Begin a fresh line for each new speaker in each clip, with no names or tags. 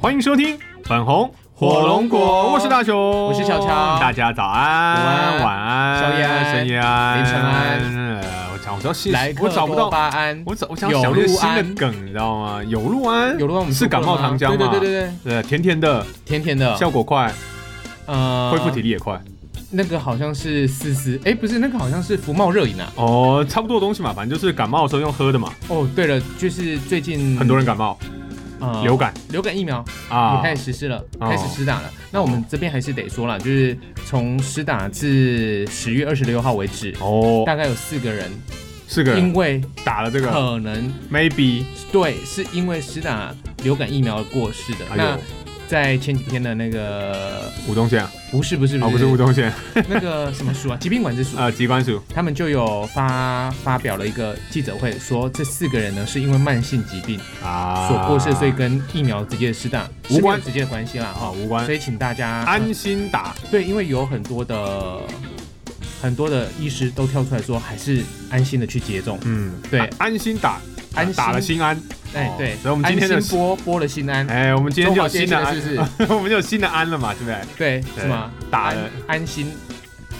欢迎收听粉红
火龙果
我是大雄，我
是小乔
大家早安，
午安
晚安，
宵夜安
深夜安，
凌晨安
呃。我找，我找新，
莱克
我找不
多
到，
巴胺，
我找，我想想一个新的梗，你知道吗？有路安，
有的话我们
是
做
感
过
冒
了吗
糖浆嘛？
对对对对对，嗯
呃，甜甜的，
甜甜的，
效果快，
呃
恢复体力也快。
那个好像是思思，哎，不是那个好像是福茂热饮啊。
哦，差不多的东西嘛，反正就是感冒的时候用喝的嘛。
哦，对了，就是最近
很多人感冒，
呃
流感
流感疫苗
啊
也，开始实施了，
哦
开始施打了。那我们这边还是得说了，就是从施打至十月二十六号为止，
哦，啊
大概有四个人
四个人
因为
打了这个
可能
，maybe，
对，是因为施打流感疫苗而过世的。
啊哎
那
呦，
在前几天的那个
吴宗宪啊，
不是不是
哦
不
不
是
是吴宗宪，
那个什么署啊，疾病管制署，
呃，机关署，
他们就有发发表了一个记者会，说这四个人呢是因为慢性疾病
啊，
所过世，所以跟疫苗直接的适当
无关
是没有直接的关系啦
啊
哈。
无关
所，以请大家
安心打，
对，因为有很多的很多的医师都跳出来说，还是安心的去接种。
嗯，
对
啊安心打，
安心
打了心安，
哎
哦，
对，
所以我们今天
安
的
心播播了心安，
哎，我们今天就有新的
中华
安
电信的 是，
我们就有新的安了嘛，对不对？
对，
对
是吗？
打了
安安心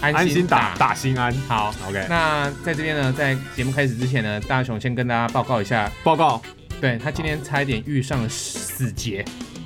安
安
心
心
打，打心安
好。
，OK，
那在这边呢，在节目开始之前呢，大雄先跟大家报告一下，
报告。
对他今天差一点遇上了死劫，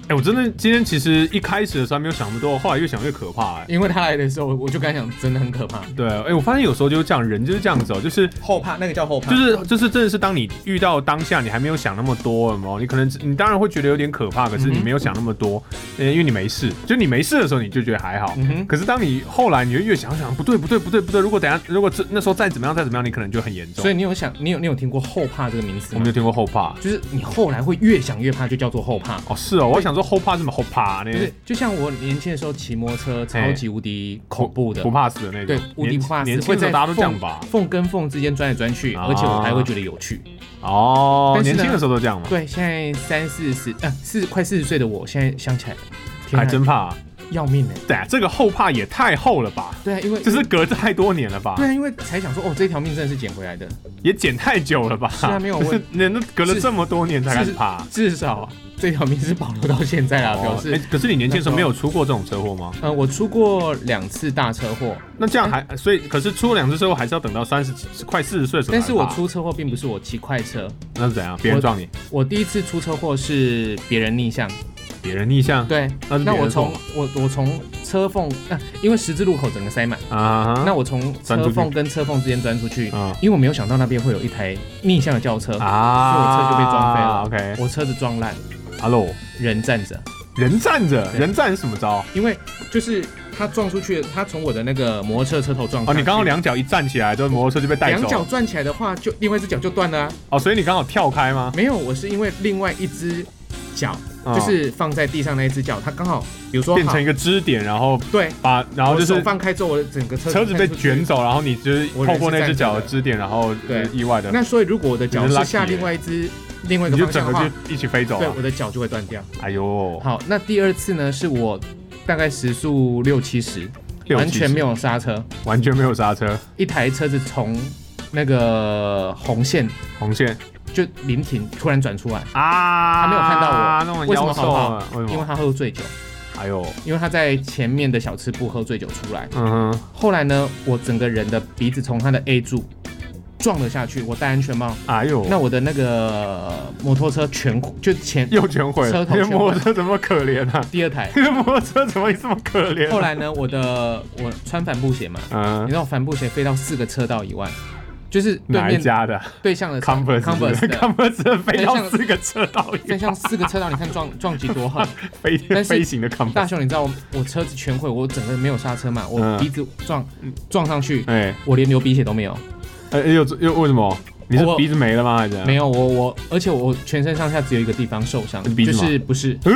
哎，我真的今天其实一开始的时候还没有想那么多，后来越想越可怕。哎，
因为他来的时候，我就跟他讲，真的很可怕，
对，哎，我发现有时候就是这样，人就是这样子哦，就是
后怕，那个叫后怕
就是就是真的是当你遇到当下，你还没有想那么多，有没有？你可能你当然会觉得有点可怕，可是
嗯
你
哼
没有想那么多，呃、因为你没事，就你没事的时候你就觉得还好。
嗯哼，
可是当你后来，你就越想想，不对不对不对不对，如果等下如果这那时候再怎么样再怎么样，你可能就很严重。
所
以
以你有想，你有你有听过后怕这个名词
我们
吗
就？听过后怕
就是你后来会越想越怕，就叫做后怕。
哦，是哦，我还想说后怕是什么后怕呢
就？是就像我年轻的时候骑摩托车，超级无敌恐怖的
不，怕死的那种，
对，无敌
年
不怕死，
年轻
会
的时候
在
大家都这样
缝
吧？
缝跟缝之间钻来钻去，
啊
而且我还会觉得有趣。
哦，
但是
年
呢
轻的时候都这样嘛，
对，现在三四十，呃，四快四十岁的我，现在想起来，天
还
啊，
真怕。
要命哎！
对啊，这个后怕也太厚了吧？
对啊，因为
这是隔太多年了吧？
对啊，因为才想说，哦，这条命真的是捡回来的。
也剪太久了吧？
是啊没有问
那那隔了这么多年才开始爬。
至少这条命是保留到现在啦，表
哎
示。
可是你年轻的时候
那
没
时
有出过这种车祸吗？
呃，我出过两次大车祸，
那这样还、
啊
所以，可是出了两次车祸还是要等到三十快四十岁的时候才
但
爬。
是我出车祸并不是我骑快车，
那是怎样？别人撞你，
我第一次出车祸是别人逆向。
别人逆向
对，
那是别人
那我
的错
从我我从车缝，啊，因为十字路口整个塞满，
啊哈
那我从
钻出
车
去
缝跟车缝之间钻出去，
啊
因为我没有想到那边会有一台逆向的轿车，
啊，
啊
所以我车就被撞飞了。
我车子撞烂，
OK，Hello，
人站着，
人站着，
对
人站是什么招？
因为就是他撞出去，他从我的那个摩托车车头撞
哦，
上去。
你刚刚两脚一站起来，这摩托车就被带
两脚
走。
转起来的话，就另外一只脚就断了、啊。
哦，所以你刚好跳开吗？
没有，我是因为另外一只脚，
嗯
就是放在地上那一只脚，它刚好，比如说
哦变成
好
一个支点，然后
对，
把，然后就
我
是
手放开之后，我的整个车
车子被
开出去
卷。走，然后你就是
我
透
人
过
是
那只
站着
脚
的
的支点，然后就是
对
意外的，
那所以如果我的脚
你是
是
lucky
下另外一只另外一
你
个
就
方
整
向
个
的话，
就一哦起飞走
对，
了
我。的脚就会断掉。
哎呦，
好，那第二次呢，是我大概时速六七十，
六
完
七
全
十
没有刹车，
完全没有刹车，
一台车子从那个红线
红线
就临停，突然转出来，
啊
他没有看到
那
我
种
为什么
妖兽啊为什
因为
么？
他喝醉酒，
哎呦，
因为他在前面的小吃部喝醉酒出来。
嗯哼，
后来呢，我整个人的鼻子从他的 A 柱撞了下去，我戴安全帽，
哎呦，
那我的那个摩托车全就前
又全毁了，你
车头
的
全毁
摩托车怎么可怜啊？
第二台。
你的摩托车怎么这么可怜？啊
后，来呢，我的我穿帆布鞋嘛，你
嗯，
知道我帆布鞋飞到四个车道以外，就是对
哪一
面
家的
对向的车
Converse
Converse 的
Converse 飞到
像
四个车道以
对向四个车道，你看撞撞击 多狠！
飞
但是
飞行的 Converse，
大雄，你知道我我车子全毁，我整个没有刹车嘛，
嗯
我鼻子撞撞上去，
哎，
我连流鼻血都没有，
哎又又为什么？你是
我
鼻子没了吗？还是怎样
没有我我，而且我全身上下只有一个地方受伤，
你鼻
就
子吗
是不是
嗯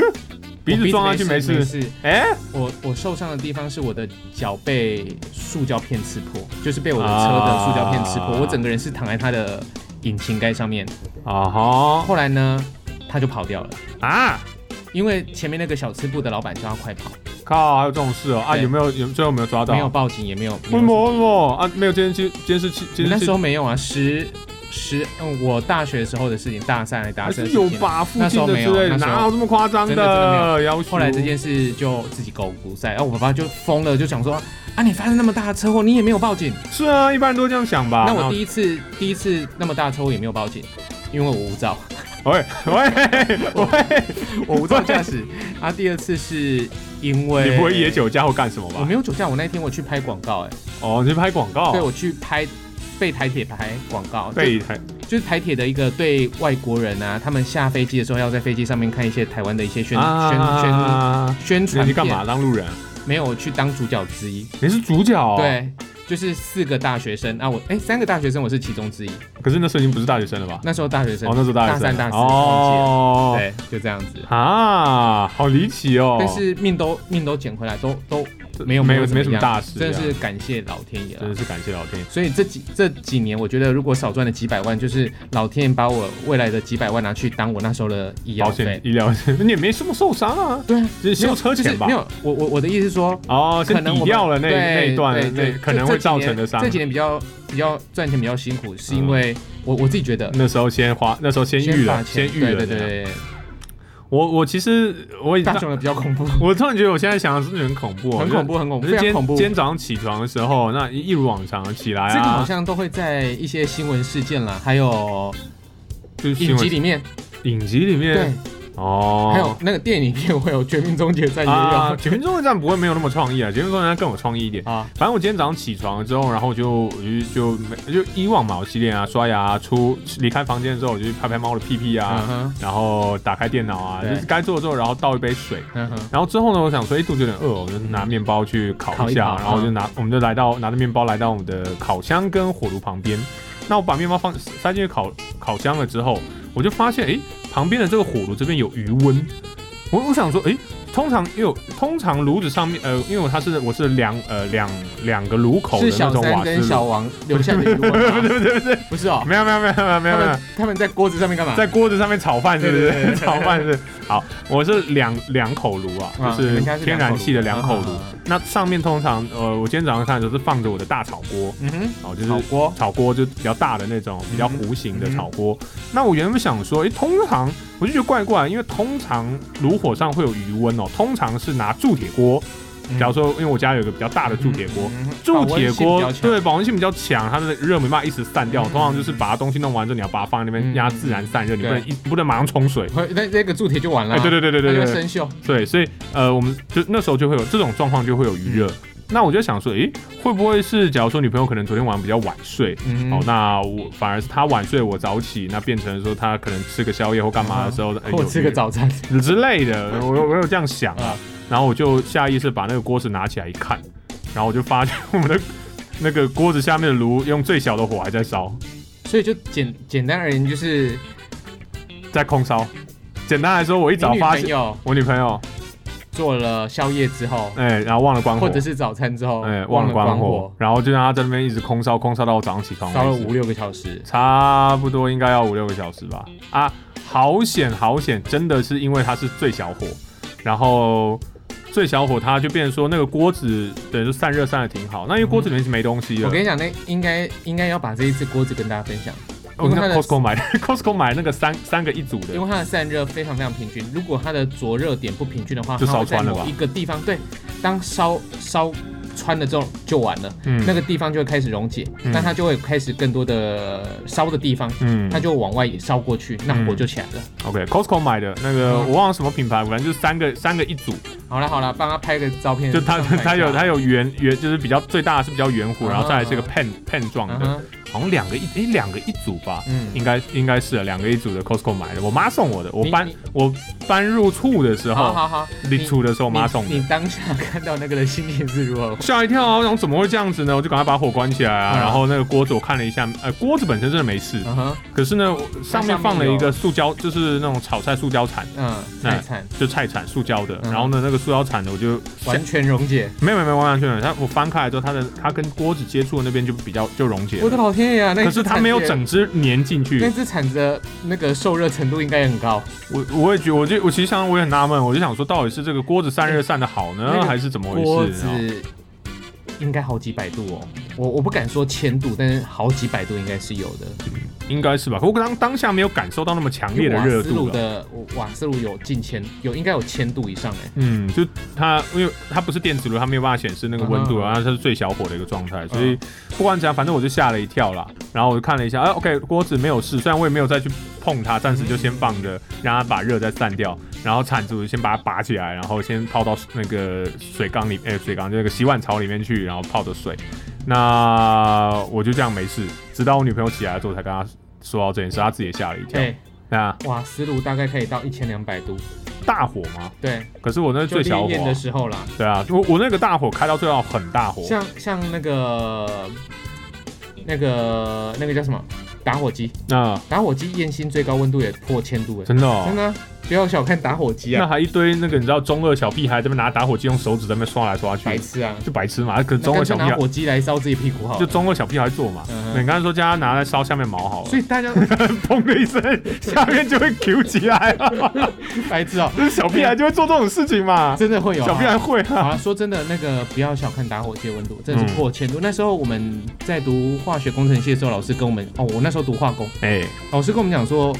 鼻子撞上去
没
没事？
事，
哎，
我我受伤的地方是我的脚被塑胶片刺破，就是被我的车的塑胶片刺破，
啊
我整个人是躺在它的引擎盖上面。
啊哈
后来呢，他就跑掉了，
啊！
因为前面那个小吃部的老板叫他快跑，
靠，还有这种事哦啊！
对
有没有有最后有没有抓到？
没有报警，也没有。
为什么？为什么啊？没有监视器，监视器，监
那
视
时
器
候没有啊，十十，嗯我大学时候的事情，大三还大
还
四
是
的
有
事情
吧？附
那时
近
候
的
没
之
有，
类
那
的，
时
哪有
候
这么夸张
真的真的
要求
后来这件事就自己狗不在，然后啊我爸就疯了，就想说啊，你发生那么大的车祸，你也没有报警。
是啊，一般人都这样想吧？
那我
然后
第一次第一次那么大车祸也没有报警，因为我无照，
喂喂喂，
我无照驾驶。啊，第二次是因为
你不会野，酒驾或干什么
我
吧
没？有酒驾，我那天我去拍广告、哎，
哦，你去拍广告
对，我去拍。被台铁拍广告，就
被台
就是台铁的一个对外国人啊，他们下飞机的时候要在飞机上面看一些台湾的一些宣、
啊你
宣宣宣传
去干
片
嘛？当路人？
没有去当主角之一。
你是主角哦。
对，就是四个大学生啊，我哎、三个大学生我是其中之一。
可是那时候已经不是大学生了吧？
那时候大学生，
哦，那时候大学
大
生，
三大四忘记了，
哦，
对，就这样子。
啊，好离奇哦。
但是命都命都捡回来，都都没有
没有
有
没什
怎
么
样
大事，啊
真的是感谢老天爷
真
了
的。是感谢老天。
所以这几这几年，我觉得如果少赚了几百万，就是老天爷把我未来的几百万拿去当我那时候的医药
保
费
险。医疗，你也没什么受伤啊，
对啊，
只是修
没有
车
就是
钱吧
没。有，我我我的意思是说，
哦，
可
先
能
抵
我
掉了那
对
那一段啊
对
那
对
可
就
能
这
会
几
造
年
成的伤
这。几年比较比较赚钱比较辛苦，是因为我我自己觉得
那时候先花，那时候先预
罚
了，
钱
先预了。
对对对，对
我我其实我已
大雄的比较恐怖，
我突然觉得我现在想的真的很恐怖哦，
很恐怖，很恐
就
怖，
是。
非
我是
常恐
今
怖。
今天早上起床的时候，那一一如往常起来啊，
这个好像都会在一些新闻事件啦，还有
就是新
影
闻
集里面，
影集里
对
面，哦，
还有那个电影里面会有《绝命终结战》
啊，
也
全民终站不会没有那么创意啊，全民终站更有创意一点。
有啊，
反正我今天早上起床了之后，然后我就我就就没就以往嘛，我洗脸啊、刷牙、啊、出离开房间的时候，我就去拍拍猫的屁屁啊，
嗯哼，
然后打开电脑啊，就
对
是该做的做，然后倒一杯水。
嗯哼，
然后之后呢，我想说，哎，肚子有点饿，我就拿面包去烤
嗯烤
一
一
下，
烤嗯
然后我就拿，我们就来到拿着面包来到我们的烤箱跟火炉旁边。那我把面包放塞进去烤烤箱了之后，我就发现，哎，旁边的这个火炉这边有余温。我我想说，哎，通常因为通常炉子上面，呃，因为我它是我是两呃两两个炉口的
是
那
小
种
三
瓦
跟
斯
小
炉，
王留下的余温 吗
对对对，
不是哦，
没有没有没有没有没有
他
没有
们。他们在锅子上面干嘛？
在锅子上面炒饭是不
嗯对对
是？
对
炒饭是好，我是两两口炉啊，
啊
就
你
是
们家是
天然气的两口炉
啊啊啊。
那上面通常呃，我今天早上看的时候是放着我的大炒锅，
嗯哼，
哦，就
炒
是
锅，
炒锅就比较大的那种，比较弧形的炒
嗯
锅。那我原本想说，诶，通常我就觉得怪怪，因为通常炉火上会有余温哦，通常是拿铸铁锅，
嗯
假如说因为我家有一个比较大的铸铁锅，
嗯哼
铸铁
保
锅
温性比较强
对保温性比较强，它的热没办法一直散掉。
嗯
通常就是把它东西弄完之后，你要把它放在那边
嗯
压自然散热，你不
对
能一不能马上冲水。
会那那个铸铁就完了
哎，
啊，
对对对对
那
对
就
对
生锈，
对，所以呃，我们就那时候就会有这种状况，就会有余热。
嗯
那我就想说，诶，会不会是假如说女朋友可能昨天晚上比较晚睡，
嗯
哦，那我反而是她晚睡，我早起，那变成说她可能吃个宵夜或干嘛的时候，哎
我
有
嗯吃个
余
早餐，
之类的，我有我有这样想啊
啊，
然后我就下意识把那个锅子拿起来一看，然后我就发现我们的那个锅子下面的炉用最小的火还在烧，
所以就简简单而言就是
在空烧。简单来说，我一
你
早
女
发
朋
现
友
我女朋友，
做了宵夜之后，
哎、然后忘了关火
或者，是早餐之后，
哎、忘了关
哦关
火，，然后就让她在那边一直空烧，空烧到我早上起床
烧了
为止
五，六个小时。
差不多应该要五六个小时吧。啊，好险好险，真的是因为它是最小火，然后。最小火，它就变成说那个锅子，对，就散热散的挺好。那因为锅子里面是没东西的，
我跟你讲，那应该应该要把这一次锅子跟大家分享，
我
因为它
看
的
Costco 买 Costco 买那个三三个一组的
因，为它的散热非常非常平均。如果它的灼热点不平均的话，
就
它
烧
会在
穿了
某
吧
一个地方，对，当烧烧穿了之后就完了，
嗯
那个地方就会开始溶解，
嗯
那它就会开始更多的烧的地方，
嗯
它就往外烧过去，那火就起来了。
，OK Costco 买的那个
嗯
我忘了什么品牌，反正就是三个三个一组，
好了好了，帮他拍嗯个照片
就
上传
它
一
它
下，
有它有圆圆，就是比较最大的是比较圆弧，
啊
然后再来是一个 pen pen 状
嗯
的，
哼，
好像两个一诶两个一组吧，
嗯，
应该应该是啊两个一组的 Costco 买的，我妈送我的，我
你
搬
你
我搬入处的时
好
候，
好好，
立处的时候我妈
你
送的
你。当下看到那个的心情是如何？
吓一跳啊！我想怎么会这样子呢？我就赶快把火关起来啊！
嗯
然后那个锅子我看了一下，呃，锅子本身真的没事，
嗯哼，
可是呢，我上面放了
啊
一个塑胶，就是那种炒菜塑胶铲，
嗯，
哎
太惨，
就菜铲塑胶的。
嗯
然后呢，那个塑胶铲呢，我就
完全溶解。
没有没有没有完全没有，它我翻开来之后，它的它跟锅子接触的那边就比较就溶解
我的
了。
老天爷啊！那一
可
只
是它
铲
没有
子也，
整只粘进
那
去，
只铲子的那个受热程度应该也很高。
我我也觉得，我就我其实想我也很纳闷，我就想说，到底是这个锅子散热散的好
那
呢，
个
还是怎么回哦
锅
事？然后
子应该好几百度哦，我我不敢说千度，但是好几百度应该是有的。
应该是吧？我当当下没有感受到那么强烈的热
因为瓦斯
度啊
炉
了。
的瓦斯炉有近千，有应该有千度以上哎。
嗯，就它，因为它不是电磁炉，它没有办法显示那个温度，
嗯
然后它是最小火的一个状态，所以
嗯
不管怎样，反正我就吓了一跳啦。然后我就看了一下，哎、o k 锅子没有事，虽然我也没有再去碰它，暂时就先放着，让它把热再散掉。然后铲子我就先把它拔起来，然后先泡到那个水缸里，哎、水缸就那个洗碗槽里面去，然后泡着水。那我就这样没事，直到我女朋友起来之后才跟她说到这件事，她自己也吓了一跳。
对，
那
瓦斯炉大概可以到一千两百度，
大火吗？
对，
可是我那是最
就烈
小火
焰
啊、
的时候啦。
对啊，我我那个大火开到最后很大火，
像像那个那个那个叫什么打火机，
那、
打火机焰芯最高温度也破千度哎，
啊真的、哦，
真的啊、不要小看打火机
那
啊，
还一堆那个你知道中二小屁孩这边拿打火机用手指在那边刷来刷去，
白痴啊！
就白痴嘛。可是 中
那干
二小
脆
屁孩
拿火机来烧自己屁股好
就
了。
中二小屁孩做嘛。
嗯
你
哼
刚才说叫他拿来烧下面毛好了，
所以大家
砰的一声，下面就会 Q 起来 了。
白痴 哦、
就是小屁孩就会做这种事情嘛，
真的会有、啊。
小屁孩会啊。
好啊，说真的，那个不要小看打火机的温度，真的
嗯
是破千度。那时候我们在读化学工程系的时候，老师跟我们哦，我那时候读化工，
哎、
老师跟我们讲说，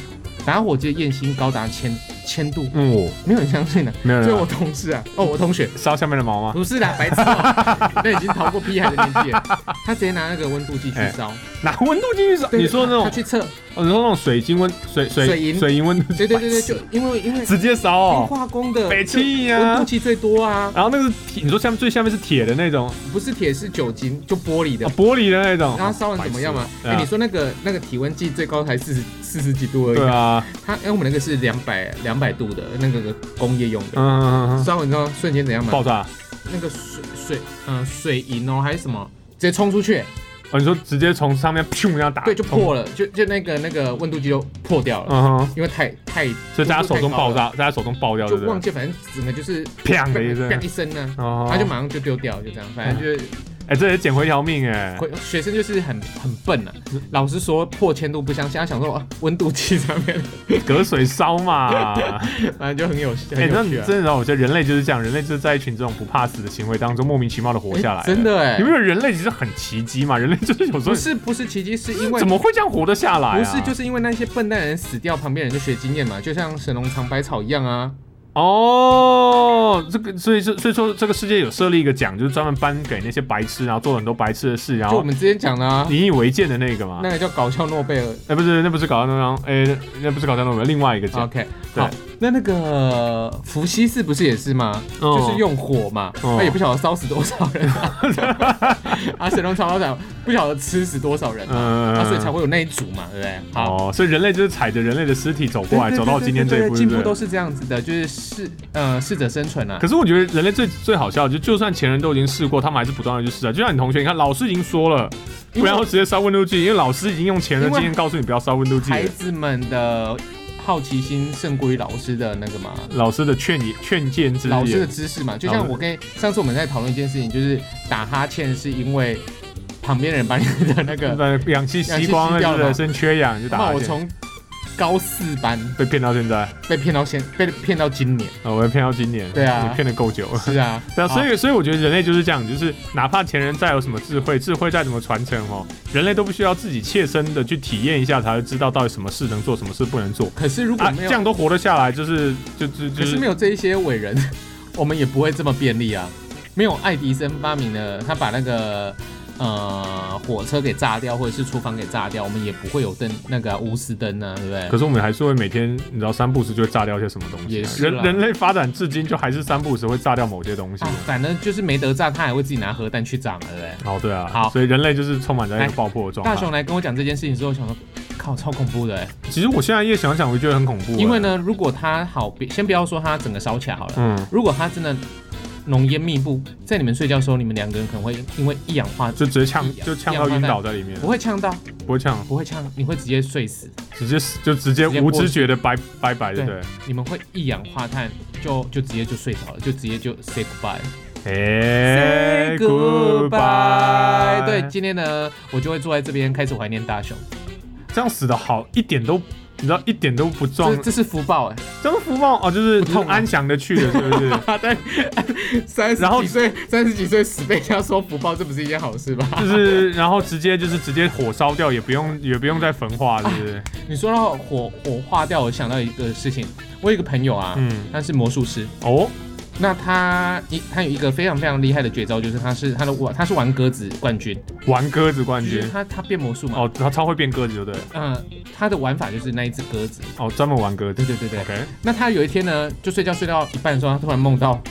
打火机的焰芯高达千千度，
嗯，我
没有人相 信的、啊
没有
所以我
人
同事啊，哦，我同学
烧下面的 毛吗？
不是啦，白痴、哦，那已经逃过屁孩的年纪 了。他直接拿那个温度计去烧，
拿温度进去烧？
对
哎你说那种
他，去测，
哦你说那种水晶温水水
水银
水银温度？
对对对对，就因为因为
直接烧
因为
哦，
化工的
北
就
汽呀、
温度计最多啊，
然后那个是铁，你说下面最下面是铁的那种，
不是铁是酒精，就玻璃的
哦、。玻璃的那种。哦
然后烧完怎么样嘛？
白
哎、
痴啊
你说那个那个体温计最高才四十四十几度而已。
对啊，
它哎、我们那个是两百两百度的那个工业用的。
嗯，嗯嗯
烧完之后瞬间怎样
嗯
嘛？
爆炸。
那个水水嗯、水银哦还是什么，直接冲出去，
哦，你说直接从上面砰这样打，
对，就
砰。
破了，就就那个那个温度计就破掉了，
嗯哼，
因为太太
所以在他手中爆炸，在他手中爆掉，
就
对不
忘
对？
记，反正整个就是
砰的一
啪
声
一，声呢。
哦，
他就马上就丢掉，就这样，反正就是
哎，这也捡回一条命哎。
会学生就是很很笨啊。老师说破千度不相信，他想说啊温度计上面
隔水烧嘛。
反正就很有很
哎，那
有
你
趣啊。
真的，我觉得人类就是这样，人类就是在一群这种不怕死的行为当中莫名其妙的活下来。啊
哎真。的哎、
你不觉得人类其实很奇迹嘛？人类就是有时
不
候
是不是奇迹，是因为
怎么会这样活得下来啊？
不是就是因为那些笨蛋人死掉，旁边人就学经验嘛，就像神农尝百草一样啊。
哦，这个所以这所以说这个世界有设立一个奖，就是专门颁给那些白痴，然后做了很多白痴的事，然
就我
后
们之前讲的啊，
引以为戒的那个嘛。
那个叫搞笑诺贝尔。
哎、不是，那不是搞笑那张，哎、那不是搞笑那种，另外一个奖，
OK，
对
好，那那个伏羲氏不是也是吗？
哦
就是用火嘛，
哦
他也不晓得烧死多少人啊，啊， 神农尝百草不晓得吃死多少人啊，
嗯、
啊所以才会有那一组嘛，对不对？好，
哦，所以人类就是踩着人类的尸体走过来，
对对
走到
对
今天
对
这一
对
步，
进步
对不
都
对？
是这样子的，就是适呃适者生存啊
可。是我觉得人类最最好笑的，就就算前人都已经试过，他们还是不断的去试啊。就像你同学，你看老师已经说了，
因
不
为
要直接烧温度计，因为老师已经用前人的经验告诉你不要烧温度计了
孩。子们的好奇心胜过于老师的那个嘛，
老师的劝你劝谏之
老师的
言，
知识嘛。就
师
像我跟上次我们在讨论一件事情，就是打哈欠是因为旁边人把你的那 个，
呃，氧气
氧
吸
气
光了，
吸掉
对
了
不对？生
嘛
缺氧就打
那
哈
我
欠，
从高四班
被骗到现在，啊、
被骗到现，被骗到今年。
我被骗到今年，
对啊
你骗的够久了。
是啊，
对啊，所
以
以所以我觉得人类就是这样，就是哪怕前人再有什么智慧，智慧再怎么传承哦，人类都不需要自己切身的去体验一下，才会知道到底什么事能做，什么事不能做
可是如果
啊。
没
这
有，
样都活得下来，就是就就就
可是没有这一些伟人， 我们也不会这么便利啊。没有爱迪生发明了，他把那个。呃，火车给炸掉，或者是厨房给炸掉，我们也不会有灯那个啊钨丝灯呢，对不对
可？是我们还是会每天，你知道三不时就会炸掉一些什么东西、
也
啊。
是
人
啦
人类发展至今，就还是三不时会炸掉某些东西
啊。，反正就是没得炸，他还会自己拿核弹去炸嘛，对不对？
哦，对啊，
好
所以人类就是充满在一个
来
爆破的状
大
态。
雄来跟我讲这件事情之后，我想说，靠，超恐怖的欸、
其实我现在越想想，我就觉得很恐怖、欸
因为，呢，如果他好，别先不要说他整个烧起来好了，
嗯，
如果他真的浓烟密布，在你们睡觉的时候，你们两个人可能会因为一氧化
就直接呛
一，样
就呛到晕倒在里面
不，会呛到，
不会呛，
不会呛，你会直接睡死，
直接就直接
直接
无
过去
知觉的拜拜拜，对不对
对？你们会一氧化碳就就直接就睡着了，就直接就 say goodbye。
哎
Say goodbye 对，，今天呢，我就会坐在这边开始怀念大雄。
这样死的好一点都你知道一点都不撞
这，这是福报哎、
这个福报哦，就是
不痛啊
安详的去 了，是不是？
啊，但三十
然后
几岁，三十几岁死被人家说福报，这不是一件好事吧？
就是然后直接就是直接火烧掉，也不用也不用再焚化，是不是？
你说到火火化掉，我想到一个事情，我有一个朋友啊，
嗯，
他是魔术师，
哦，
那他一他有一个非常非常厉害的绝招，就是他是他的玩他是玩鸽子冠军，
玩鸽子冠
就
军
是。他他变魔术嘛，
哦，他超会变鸽子，对不对？
嗯、他的玩法就是那一只鸽子，
哦，专门玩鸽
对
子。
对对对。
OK，
那他有一天呢，就睡觉睡到一半的时候，他突然梦到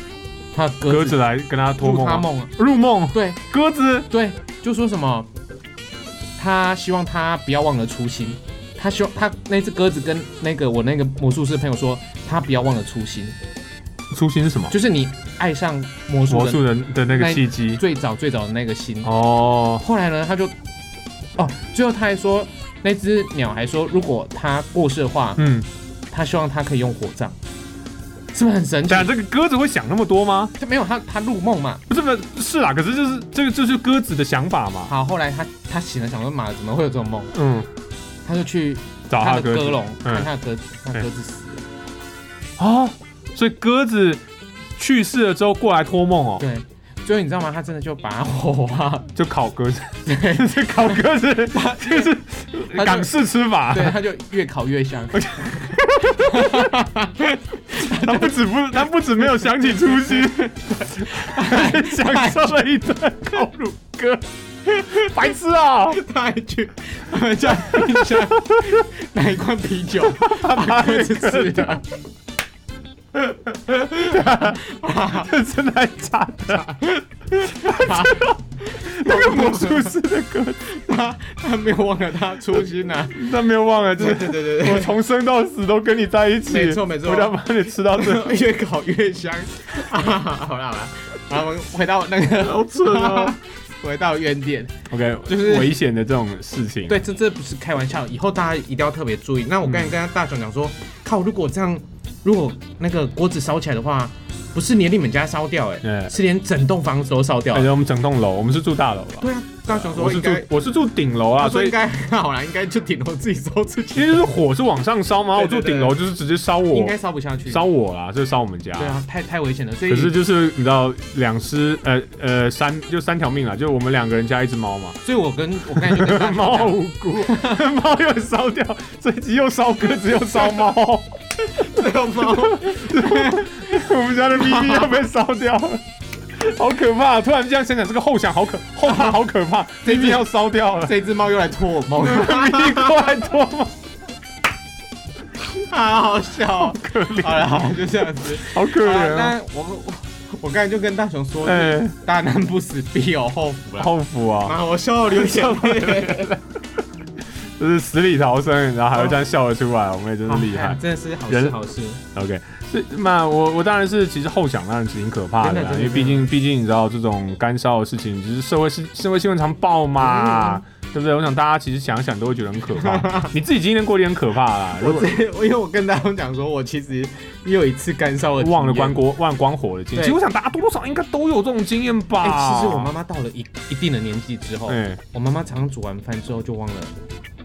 他的鸽
鸽
子
子来跟他托
入
梦啊哦
他
吗，
梦了，
入梦
对
鸽子
对，就说什么，他希望他不要忘了初心。他希望他那只鸽子跟那个我那个魔术师朋友说，他不要忘了初心，
初心是什么？
就是你爱上魔术
魔
的
术人的那个
那
契机。
最早最早的那个心。
哦，
后来呢，他就哦，最后他还说，那只鸟还说，如果它过世的话，
嗯，
他希望它可以用火葬，是不是很神奇？
但这个鸽子会想那么多吗？
他没有他他入梦嘛。
不是不是是啦，可是就是这个就是鸽子的想法嘛。
好，后来他他醒了，想说妈怎么会有这种梦？
嗯，
他就去
找
他
他
的
的鸽
鸽
子
笼看
嗯
他的鸽子，他的鸽子死了。
哦，所以鸽子去世了之后过来托梦哦，
对，最后你知道吗？他真的就把它火 化，
就烤鸽子，
对
就是烤鸽 子，就是
就
港式吃法。
对，他就越烤越 香。
他不止不，他不止没有想起初 心，
哎
还 享受了一顿烤乳鸽。白痴啊、
他还去他还叫冰箱 拿一罐啤酒，把鸽子吃掉。
这真的还假的？ 那个魔术师的鸽子，
他他没有忘了他初心啊！
那没有忘了，就是
对对
我从生到死都跟你在一起，
没错没错
我要把你吃到最 后。
对， 越烤越香。 啊、好啦好啦，好，我们回到那个，
好蠢
哦
啊
回到原点。
！OK，
就是
危险的这种事情。
对，这这不是开玩笑，以后大家一定要特别注意。那我刚
嗯
才跟大雄讲说，靠，如果这样，如果那个锅子烧起来的话，不是连你们家烧掉、欸，哎，
嗯
是连整栋房子都烧掉、
感觉我们整栋楼，我们是住大楼吧？
对啊，大雄
哎我
说
是
应
住
该，
我是住顶楼啊，
他说
所
应
以
该还好啦，应该就顶楼自己烧自己，
其实是火是往上烧嘛，然后我
对
住
对对
顶楼就是直接烧
应
我，
该烧不下去。
烧我啦，就烧我们家。
对啊，太太危险了，所以
可是就是你知道两尸呃呃三就三条命啦，就我们两个人加一只猫嘛，
所以我跟我刚才就跟大 雄
猫好
讲，
无辜，猫又烧掉，这一集又烧鸽子又烧猫，
这个啊猫
我们家的咪咪要被烧掉了。好可怕！啊突然这样想想，这个后想好可后怕，好可怕！咪
这一集
咪要烧掉了，
这只猫又来拖我 梦，
咪咪过来拖吗？
好好笑哦。
可怜，
好了，好，就这样子。
好可
好
怜
了
啊！
那我们我我刚才就跟大雄说，
哎、
大难不死必有后福 啦。
后福啊！
啊，我笑到流眼泪，
就是死里逃生，然后还会这样笑得出来，我们也真是厉害。
真的是好事
人
好事。
OK，是那我我当然是其实后想当然是挺可怕的啦
真的真，的
因为毕竟毕竟你知道这种干烧的事情，就是社会新社会新闻常报
嗯
嘛，对不对？我想大家其实想想都会觉得很可 怕。你自己今天过得也很可怕啦，如
我
果
这我因为我跟大雄讲说，我其实也有一次干烧的经验
忘了关。锅忘了关火的经验，
对
其实我想大家多多少少应该都有这种经验吧。
哎、其实我妈妈到了一一定的年纪之后，
哎
我妈妈常常煮完饭之后就忘了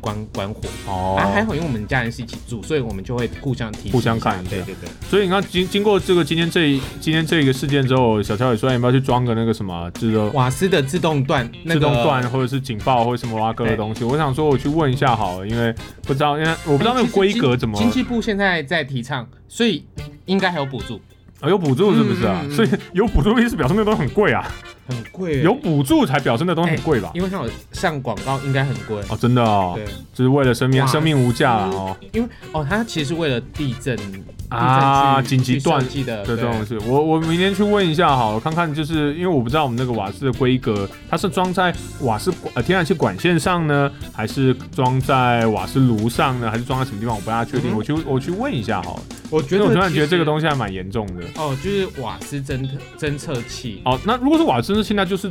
关关火。
哦，
啊，还好，因为我们家人是一起住，所以我们就会互相提醒一下，
互相看一下
对对对，
所以你看经经过这个今天这一今天这个事件之后，小乔也说哎要不要去装个那个什么制热
瓦斯的自动断，那
自
个
动啊断或者是警报或者什么拉哥的东西。我想说，我去问一下好了，因为不知道，因为我不知道那个规格怎么
哎经济部现在在提倡，所以应该还有补助，
啊有补助是不是啊
嗯嗯？嗯
所以有补助意思表示那东西很贵啊，
很贵耶
有，补助才表示那东西很贵吧？
因为它有上广告，应该很贵。
哦，真的哦，
哎对，
就是为了生命，
哇
生命无价了哦
因为哦，它其实是为了地震地震
啊！
去
紧急
去
断
设计的，
的这
对啊
种事，我我明天去问一下好了，看看就是因为我不知道我们那个瓦斯的规格，它是装在瓦斯管呃天然气管线上呢，还是装在瓦斯炉上呢，还是装在什么地方？我不大确定，
嗯
我去我去问一下好了。
我
因
觉
为
得
我突然觉得这个
西
东西还蛮严重的。
哦，就是瓦斯侦测侦测器，
哦，那如果是瓦斯，那现在就是，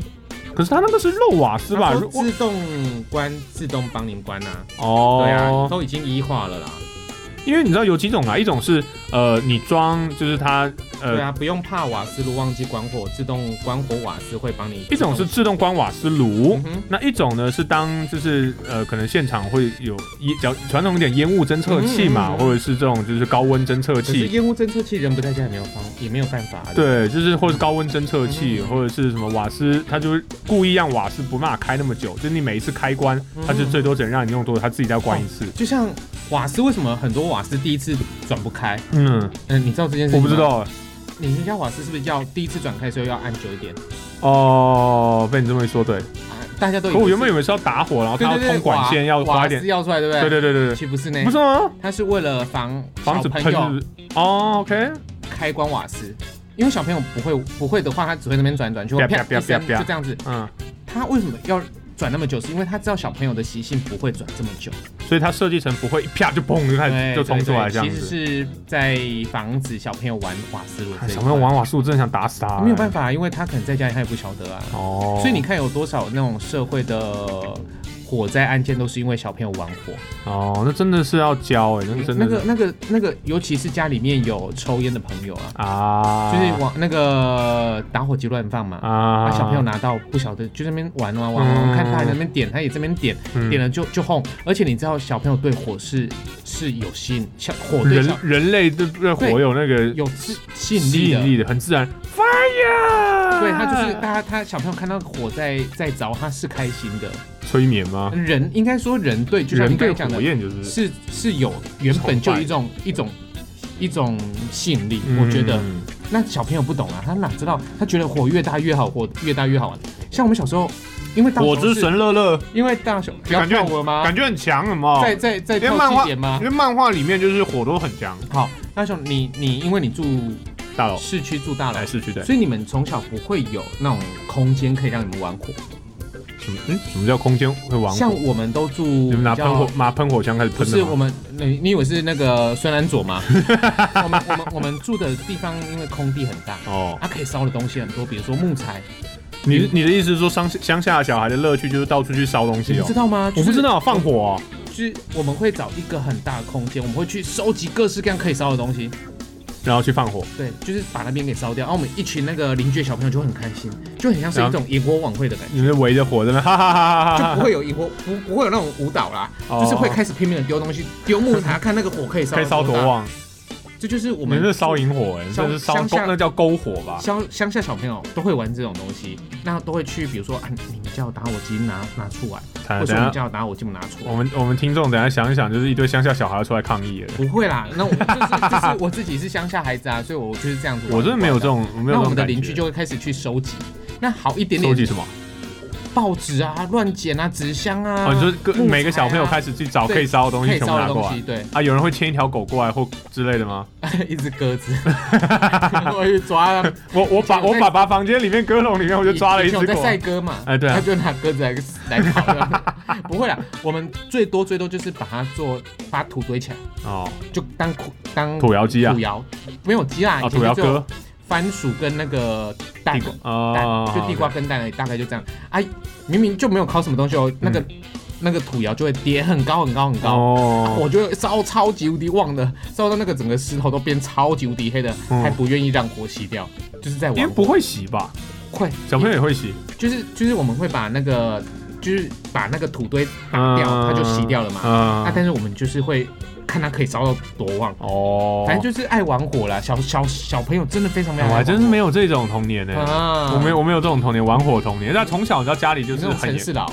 可是它那个是漏瓦斯吧？
它
如
说
果
自动关，自动帮您关啊，对啊，
哦，
都已经一化了啦。
因为你知道有几种啊，一种是呃你装就是它呃
对啊，不用怕瓦斯炉忘记关火，自动关火瓦斯会帮你。
一种是自动关瓦斯炉，
嗯哼，
那一种呢是当就是呃可能现场会有烟，比较传统一点烟雾侦测器嘛，
嗯嗯嗯
或者是这种就是高温侦测
可是
器，
烟雾侦测器人不在家也没有方，也没有办法。，啊
对，就是或者是高温侦测器，
嗯嗯嗯
或者是什么瓦斯，它就是故意让瓦斯不骂开那么久，就是你每一次开关，它
嗯
就最多只能让你用多久，它自己再关一次。
就像瓦斯为什么很多瓦斯第一次转不开？
嗯，
嗯，你知道这件事？
我不知。道啊
你们家瓦斯是不是要第一次转开的时候要按久一点？
哦，被你这么一说，对。
啊大家都以
可
为
我
是
原本以为是要打火，然后
对
它要
对对
通管线，要
瓦
花一
瓦
点
斯。要出来，对不对？
对对对对
其实不是呢
对，不，是吗？
它是为了防
防止
小
喷是
朋友
不是哦，OK，
开关瓦斯，因为小朋友不会不会的话，他只会那边转来转去，
啪
啪
啪啪
一声
啪啪
就这样子。
嗯，
他为什么要转那么久？是因为他知道小朋友的习性不会转这么久，
所以它设计成不会一啪就砰就开
对
始哎就冲出来
对对
这样
其
子。
实是在防止小朋友玩瓦斯炉
哎，
这一块。
小朋友玩瓦斯，我真的想打死他、
没有办
法。
法，因为他可能在家里他也不晓得啊。
哦，
所以你看有多少那种社会的火灾案件都是因为小朋友玩火。
哦，那真的是要教哎、那个真
嗯那
的
个
是、
那个那个，尤其是家里面有抽烟的朋友啊，
啊，
就是往那个打火机乱放嘛。
啊
把小朋友拿到不晓得就在那边玩啊玩玩玩，
嗯
看大人那边点，他也这边点，点
嗯
了就就轰。而且你知道小朋友对火是是有吸引，小火对
人
小
人类对对火有那个
有吸吸
吸
引
引
力的。
力的，很自然。Fire，
对他就是他，他小朋友看到火在在着，他是开心的。
催眠吗？
人应该说人对，就像
人
你刚
对
才讲
火
的，
焰就是
是是有原本就有一种一种一种吸引力，我觉得。
嗯
那小朋友不懂啊，他哪知道？他觉得火越大越好，火越大越好玩。像我们小时候，因为大
火
雄
之
是，
神乐乐
因为大雄不要
感觉
跳我吗？
感觉很强，什么？
再再再
因为
跳
漫
细
画，
节吗
因？为漫画里面就是火都很强，
好，大雄，你你因为你住
大佬
市区住大楼
来，市区的。
所以你们从小不会有那种空间可以让你们玩火。
什么？嗯，什么叫空间会玩
像
火？
我们都住
你们拿
比
喷火
较。
拿喷火枪开始
不
喷
是
的
我
吗？
们，你你以为是那个孙安佐吗？ 我们我们我们住的地方因为空地很大，啊
哦，
它可以烧的东西很多，比如说木材，
你你的意思是说乡乡下小孩的乐趣就是到处去烧东
你
西
们
哦
知？道吗？
我
就
不
是
知，道放火哦
就是我们会找一个很大的空间，我们会去收集各式各样可以烧的东西，
然后去放火，
对，就是把那边给烧掉。然后我们一群那个邻居的小朋友就很开心，就很像是一
然后
种萤火晚会的感
你们围着火在那哈哈哈哈
觉，
哈
就不
哈，
会有萤火，不不会有那种舞蹈啦，
哦
就是会开始拼命的丢东西，丢木材，看那个 火可以烧啊
可以烧多
大。
旺？
这就是我
我
们
们是烧萤火哎，
乡
这是烧
乡
篝
下
那叫篝火吧？
乡乡下小朋友都会玩这种东西，那都会去，比如说啊，你们家有打火机拿拿出来，
惨了，
或者
等
我们
一下
家有打火机不拿出
我
来。
们我们听众等一下想一想，就是一堆乡下小孩要出来抗议了。
不会啦，那我就是 就是我自己是乡下孩子啊，所以我就是这样子玩。
我真的没有这种，我没
玩
有这
的。那我
种
们的
感觉。
邻居就会开始去收集，那好一点
收集
点
什么？
报纸啊、乱剪啊、纸箱啊，
哦，你说各
木材啊
每个小朋友开始去找
对
可以烧的东
可
西，
以
全部
烧
拿
的
过
东
来
西，对，
啊？有人会牵一条狗过来或之类的吗？
一只鸽子，我去抓它，
我我 把我爸爸房间里面鸽笼里面，我就抓了一
以前
只
我在
狗。啊
赛鸽嘛，
哎对啊
他就拿鸽子来来烤的， 不会啦，我们最多最多就是把它做把土堆起来，
哦，
就当土当
土窑鸡啊
土，哦窑，没有鸡啦，
啊，土窑
鸽，
鸽，
番薯跟那个蛋
地。瓜
蛋
啊，
就地瓜跟蛋而已，大概就这样。哎、明明就没有烤什么东西哦，那个、
嗯
那个土窑就会叠很高很高很高，
哦，
我觉得烧超级无敌旺的，烧到那个整个石头都变超级无敌黑的，
嗯
还不愿意让火熄掉，就是在玩
因为
火。
不会洗吧？
会，
小朋友也会洗，
就是就是我们会把那个就是把那个土堆
嗯
掉，它就洗掉了嘛。啊，
嗯，
但是我们就是会看它可以烧到多旺，
哦，
反正就是爱玩火啦。小小小朋友真的非常非常爱
我
玩火，
还真是没有这种童年呢。
啊
我没有，我没有这种童年，玩火童年。但从小你知道家里就
你
是
那种
很
城
严，
市佬，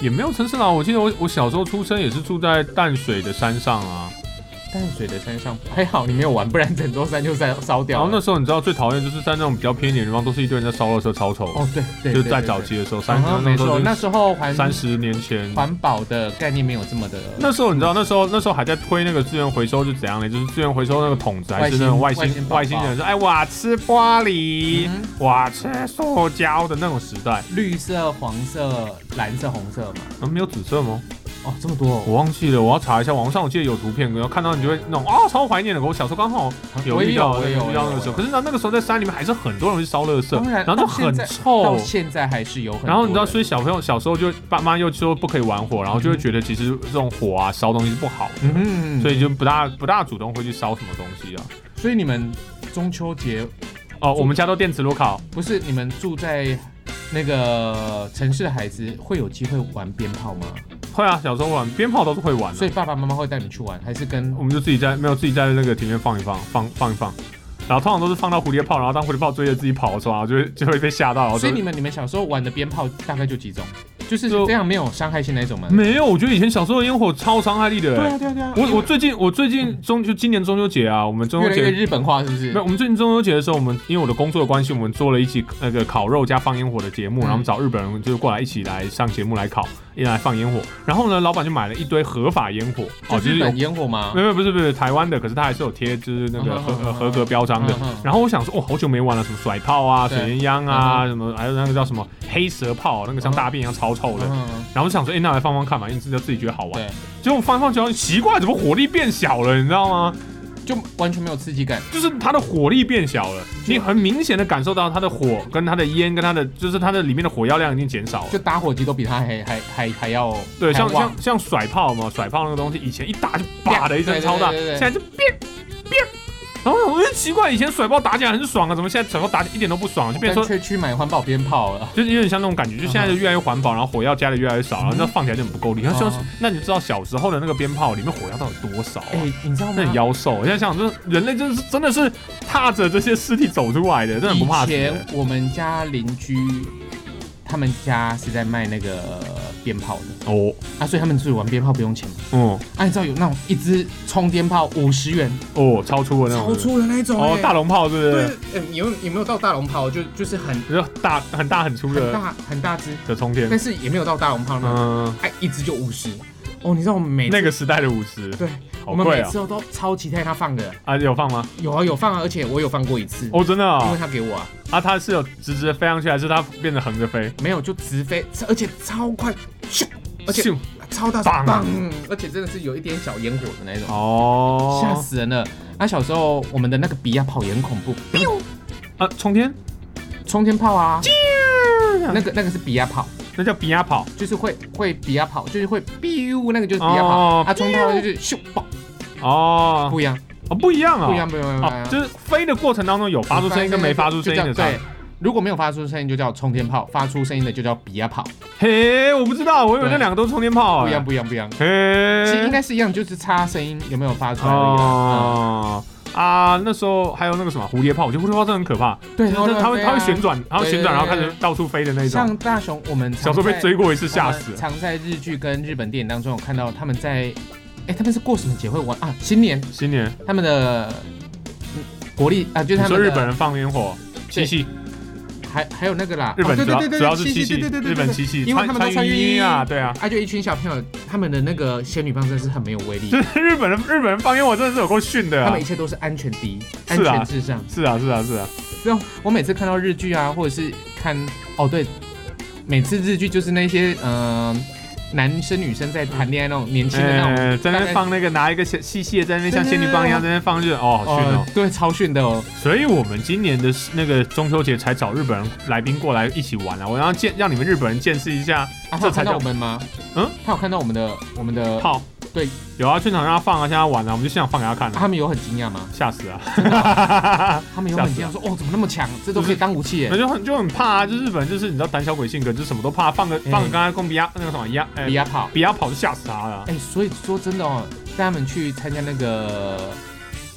也没有城市啦。我记得我我小时候出生也是住在淡水的山上啊。
淡水的山上还好你没有玩，不然整座山就烧烧
然
掉
后那
了。
时候你知道最讨厌就是在那种比较偏一点的地方，都是一堆人在烧垃圾，超丑。
哦，对对，
就是
对
在
对
早
对
期的时候，三
嗯
十
哼
那
没
时候
错，
就
那
是
时候环
三十年前，
环保的概念没有这么的
那时候你知道，那时候那时候还在推那个资源回收是怎样的，就是资源回收那个桶子，还是那种
外
外
星
星
外
外
星
星
宝宝
人说，哎，我吃玻璃，
嗯
我吃塑胶的那种时代，
绿色、黄色、蓝色、红色嘛，
嗯，没有紫色吗？
哦，这么多
我
哦！
忘记了，我要查一下网上，我记得有图片，然后看到你就会那种啊，超怀念的。我小时候刚好有
我也
遇到，
我也有
遇到那个时候，可是呢，那个时候在山里面还是很多人去烧垃圾，
当然
然后就
到现
很
在
臭
到。现在还是有很多
然
人。
后你知道，所以小朋友小时候就爸妈又说不可以玩火，然后就会觉得其实这种火啊烧东西是不好的，所
嗯，所以
以就不大不大主动会去烧什么东西啊。
所以你们中秋节
哦，我们家都电磁炉烤，
不是你们住在那个城市的孩子会有机会玩鞭炮吗？
会啊，小时候玩鞭炮都是会玩的、
所以爸爸妈妈会带你去玩，还是跟
我们就自己在没有自己在那个庭院放一放，放放一放，然后通常都是放到蝴蝶炮，然后当蝴蝶炮追着自己跑的时候，然啊后就会就会被吓到，然后
所
就
以你们你们小时候玩的鞭炮大概就几种，就是
就
非常没有伤害性那一种吗？
没有，我觉得以前小时候的烟火超伤害力的、
对
欸。
啊对啊对啊，
我我最近我最近中就今年中秋节啊，我们中
越
秋
来越
节。
日本化是不
没
是
有，？我们最近中秋节的时候，我们因为我的工作的关系，我们做了一期那个烤肉加放烟火的节目，
嗯
然后我们找日本人就是过来一起来上节目来烤，一起来放烟火。然后呢，老板就买了一堆合法烟火，哦，
就
就是
日
有
本烟火吗
没？有，不是不是台湾的，可是它还是有贴，就是那个
嗯
合
嗯嗯
呃合格标章的
嗯嗯。
然后我想说，哦，好久没玩了，什么甩炮啊、
对嗯
水烟枪啊，什么还有那个叫什么黑蛇炮，那个像大便一样超臭的。
嗯，
然后我想说，哎，那来放放看嘛，因为自己自己觉得好玩
对。
结果放一放之后，奇怪，怎么火力变小了？你知道吗？
就完全没有刺激感。
就是它的火力变小了，你很明显的感受到它的火跟它的烟跟它的，就是它的里面的火药量已经减少了
就。打火机都比它还还还还要
对，像
还旺
像像甩炮嘛，甩炮那个东西，以前一打就叭的一声
对对
超大，
对对对
现在就变变。然后我就奇怪，以前甩炮打起来很爽啊，怎么现在甩炮打起来一点都不爽、就变成说，
干脆去买环保鞭炮啊了。
就是有点像那种感觉，就现在就越来越环保，然后火药加的越来越少，然后
嗯
那放起来就很不够力。然后说
嗯，
那你就知道小时候的那个鞭炮里面火药到底多少啊？
哎、你知道
那很
吗？
妖兽，我现在想，这人类真的是真的是踏着这些尸体走出来的，真的很不怕
以
死
前
的。
我们家邻居他们家是在卖那个鞭炮的
哦，
啊，所以他们自己玩鞭炮不用钱嘛。
嗯，
啊，你知道有那种一支冲鞭炮五十元，
哦，超出了那种，
的那一种欸
哦，大龙炮是不
对
是？，
呃有有没有到大龙炮？就就是很
就是大很大很粗
很
的
大很大只，
的冲天
但。是也没有到大龙炮那种，
嗯，
哎、一支就五十。哦，你知道我们每次
那个时代的五十，
对，
好
我们每
贵啊
次！都都超期待他放的，
啊，有放吗？
有啊有放啊，而且我有放过一次，
哦，真的
因为
啊！
他给我啊，
啊，它是有直直的飞上去，还是它变成横着飞？
没有就直飞，而且超快，咻，而且
咻
超大
棒啊
声，棒，而且真的是有一点小烟火的那种，吓
哦，
死人了。那小时候我们的那个比亚炮也很恐怖，
啊，冲天，
冲天炮啊，那个那个是比亚炮，
那叫比亚跑，
就是会会比亚炮，就是会 biu 那个就是比亚炮，
哦
啊冲天炮就是咻爆，
哦，
不一样
哦，不一样啊，
不一样不一样不一
哦，
样，
就是飞的过程当中有发出声音跟没发出声音的
就这
差
样
别
对。。如果没有发出声音就叫冲天炮，发出声音的就叫比亚炮，
嘿，我不知道，我以为
对
那两个都是冲天炮
不一
哎
样。不一样不一样。其实应
嘿，
该是一样，就是差声音有没有发出来而已啦。哦，
呃哦。啊，那时候还有那个什么蝴蝶炮，我觉得蝴蝶炮真的很可怕，
对，
就是它会它会旋
转。
转，它会旋转，然后开始到处飞的那种。
像大雄，我们
小时候被追过一次，吓死了。
常在日剧跟日本电影当中有看到他们在，哎，他们是过什么节会玩啊？新年，
新年，
他们的嗯国力啊，就是
你
他
说
们的
日本人放烟火，七
对
夕，
还还有那个啦，
日本
哦对
主要
对对
主要是七夕，
对对对对
日本七夕，
因为他们都穿浴衣
啊，对啊。
啊，就一群小朋友，他们的那个仙女棒真的是很没有威力，
就是日本人，日本人放烟火真的是有够逊的
他
啊
们一！切都是安全第一，安
是啊
全至上。
是啊，是啊，是啊，
然后我每次看到日剧啊，或者是看哦对，每次日剧就是那些嗯、呃男生女生在谈恋爱那种年轻的那种，
呃，在那
大
边
概
放那个拿一个小细细的，在那边像
对
仙
对
女棒一样在
对
那边放着，哦，好逊哦
哦！对，超逊的哦。
所以我们今年的那个中秋节才找日本人来宾过来一起玩啊，我要见让你们日本人见识一下
啊，他
这
有
才
看到
叫
我们吗？
嗯，
他有看到我们的我们的，啊
炮。
对，
有啊，现场让他放啊，现在玩啊，我们就现场放给他看
啊
啊，
他们有很惊讶吗？
吓死啊！
他们有很惊讶说哦，怎么那么强，这都可以当武器耶
那。就很就很怕啊，就日本人就是你知道胆小鬼性格，就是什么都怕，放个
嗯
放个刚才跟比亚那个什么一样，哎
比，亚炮，
比亚跑就吓死他了。
哎，所以说真的哦，带他们去参加那个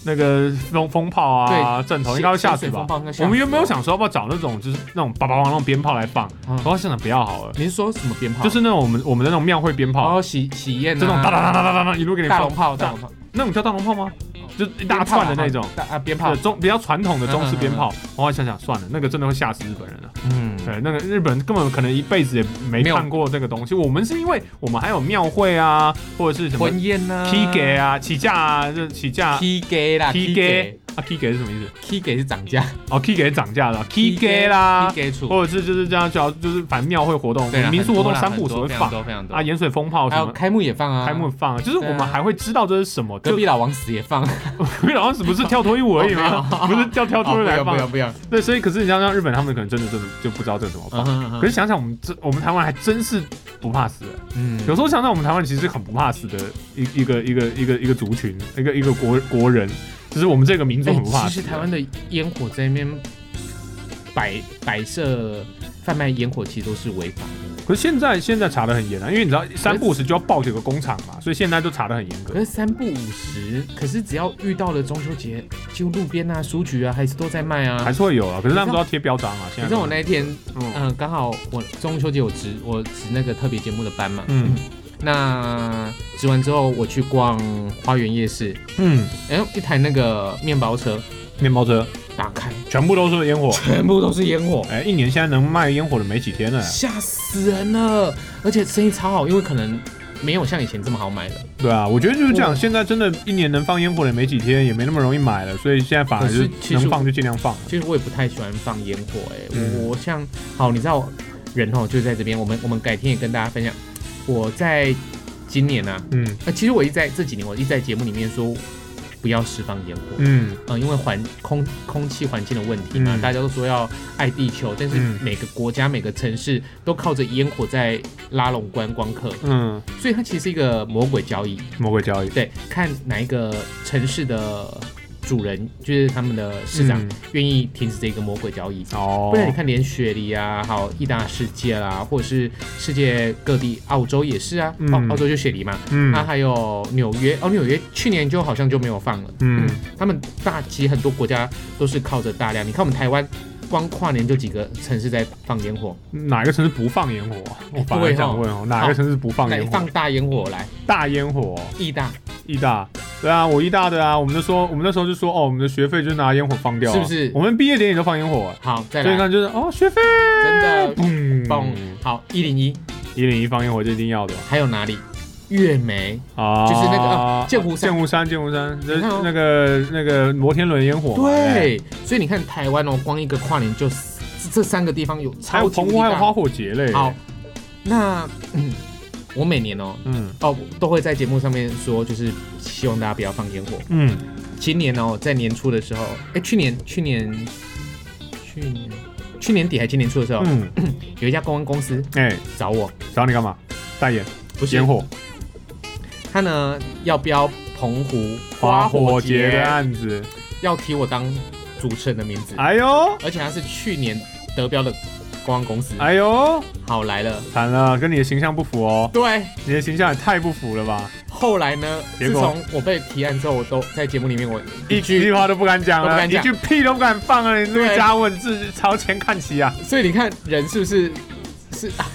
那个风风炮啊，阵头应该会吓死
水
吧
风？暴，应该吓死
我们原本有
了，
想说要不要找那种就是那种叭叭叭那种鞭炮来放，
嗯
然后现场不要好了，
你是说什么鞭炮？
就是那种我们我们的那种庙会鞭炮，
啊哦喜喜宴啊，
这种哒哒哒哒哒哒哒一路给你
大
放
龙，炮，大龙炮，
那种叫大龙炮吗？就一大串的那种。
大啊哦嗯鞭炮
对，中比较传统的中式鞭炮，我后来想想算了，那个真的会吓死日本人了。
嗯，
对，那个日本根本可能一辈子也没
没有
看过这个东西。我们是因为我们还有庙会啊，或者是什么
婚宴呢
P 给啊、起价啊、这起价
P 给啦
P
，P 给，
啊，key 给是什么意思？
，key 给是涨价
哦，key 给涨价了，key 给啦
，key，给处，
或者是就是这样，叫就是反正庙会活动
对啦，、
民俗活
很
动
多啦
三
很
不五时
多
会
非常
放
多非常多
啊，盐水风炮
还
什
有
么。
开幕也放啊，
开幕放，就是我
对
们
啊
还会知道这是什么。
隔
就
壁老王死也放，
哦 因为老师不是跳脱衣舞而已吗？ 不是叫跳脱衣舞来
哦不
放
要。不要，
对，所以可是你像像日本，他们可能真的真的哦就不知道这怎么
不要
放。
嗯哼
可是想想我们这我们台湾还真是不怕死、欸
嗯
有时候想想我们台湾其实很不怕死的一一个一个一个一个族群，一个一个国国人，就是我们这个民族
哎
很不怕
其
死
实
的。
台湾的烟火在那边摆摆设贩卖烟火，其实都是违法的。
可是现在现在查的很严啊，因为你知道三不五时就要报几个工厂嘛，所以现在就查的很严格
可。是三不五十，可是只要遇到了中秋节，就路边啊、书局啊，还是都在卖啊
还。是会有啊，可是他们
你
都
知道
要贴标章啊。
你
现
知
在
道我那一天，
嗯
嗯、刚好我中秋节我值我值那个特别节目的班嘛，
嗯
那值完之后我去逛花园夜市，
嗯，
哎、一台那个面包车
面包车
打开，
全部都是烟火，
全部都是烟火，
哎、一年现在能卖烟火的没几天了、
吓死人了！而且生意超好，因为可能没有像以前这么好买了。
对啊，我觉得就是这样。
哇
现在真的，一年能放烟火的也没几天，也没那么容易买了，所以现在反而
可是
是
其实
能
我
放就尽量放。
其实我也不太喜欢放烟火、欸，哎、
嗯
我像好，你知道人哦就在这边，我们我们改天也跟大家分享。我在今年啊，
嗯
呃，其实我一直在这几年，我一直在节目里面说不要释放烟火，嗯、
嗯
因为环空空气环境的问题嘛，
嗯
大家都说要爱地球，但是
嗯
每个国家、每个城市都靠着烟火在拉拢观光客，
嗯，
所以它其实是一个魔鬼交易。
魔鬼交易。
对，看哪一个城市的主人，就是他们的市长
嗯
愿意停止这个魔鬼交易。
哦
不，然你看，连雪梨啊，还有意大世界啦、或者是世界各地，澳洲也是啊，澳、
嗯
澳洲就雪梨嘛，
嗯
那、还有纽约，哦，纽约去年就好像就没有放了，
嗯，
他们大其实很多国家都是靠着大量，你看我们台湾光跨年就几个城市在放烟火，
哪个城市不放烟火啊？我反而
对哦
想问哦，哪个城市不放
来
烟火
放？大烟火来，
大烟火哦，
意大
义大。对啊，我义大的啊，我们就说，我们那时候就说，哦，我们的学费就是拿烟火放掉啊，
是不是
我们毕业典礼都放烟火啊，
好再
所以你嗯
来，
看就是，哦，学费，
真的
嘣
嘣，好一零一
一零一放烟火就一定要的
还有哪里？月梅，
啊，
就是那个啊剑湖山
剑湖山，剑湖山，这
你看哦
那个那个摩天轮烟火嘛，哎，
对，所以你看台湾哦，光一个跨年就四这这三个地方有
还有
超级
澎
无敌
湖，还有
大。
花火节嘞，
好，，那嗯，我每年哦
嗯
哦都会在节目上面说，就是希望大家不要放烟火。
嗯，
今年哦，在年初的时候，哎，去年去年去年去年底还今年初的时候，
嗯，
有一家公关公司
哎、
找我，
找你干嘛？代言
不是
烟，火
他呢要标澎湖
花火节
节
的案子，
要提我当主持人的名字，
哎呦
而且他是去年得标的公关公司。
哎呦，
好来了，
惨了，跟你的形象不符哦，
对，
你的形象也太不符了吧，
后来呢？
结
自
果
从我被提案之后，我都在节目里面我
一
一
句
句，
话都不敢讲
都不
了，
敢
一
讲
句屁都不敢放啊！你陆
对
家文字朝前看齐啊，
所以你看人是不是是啊？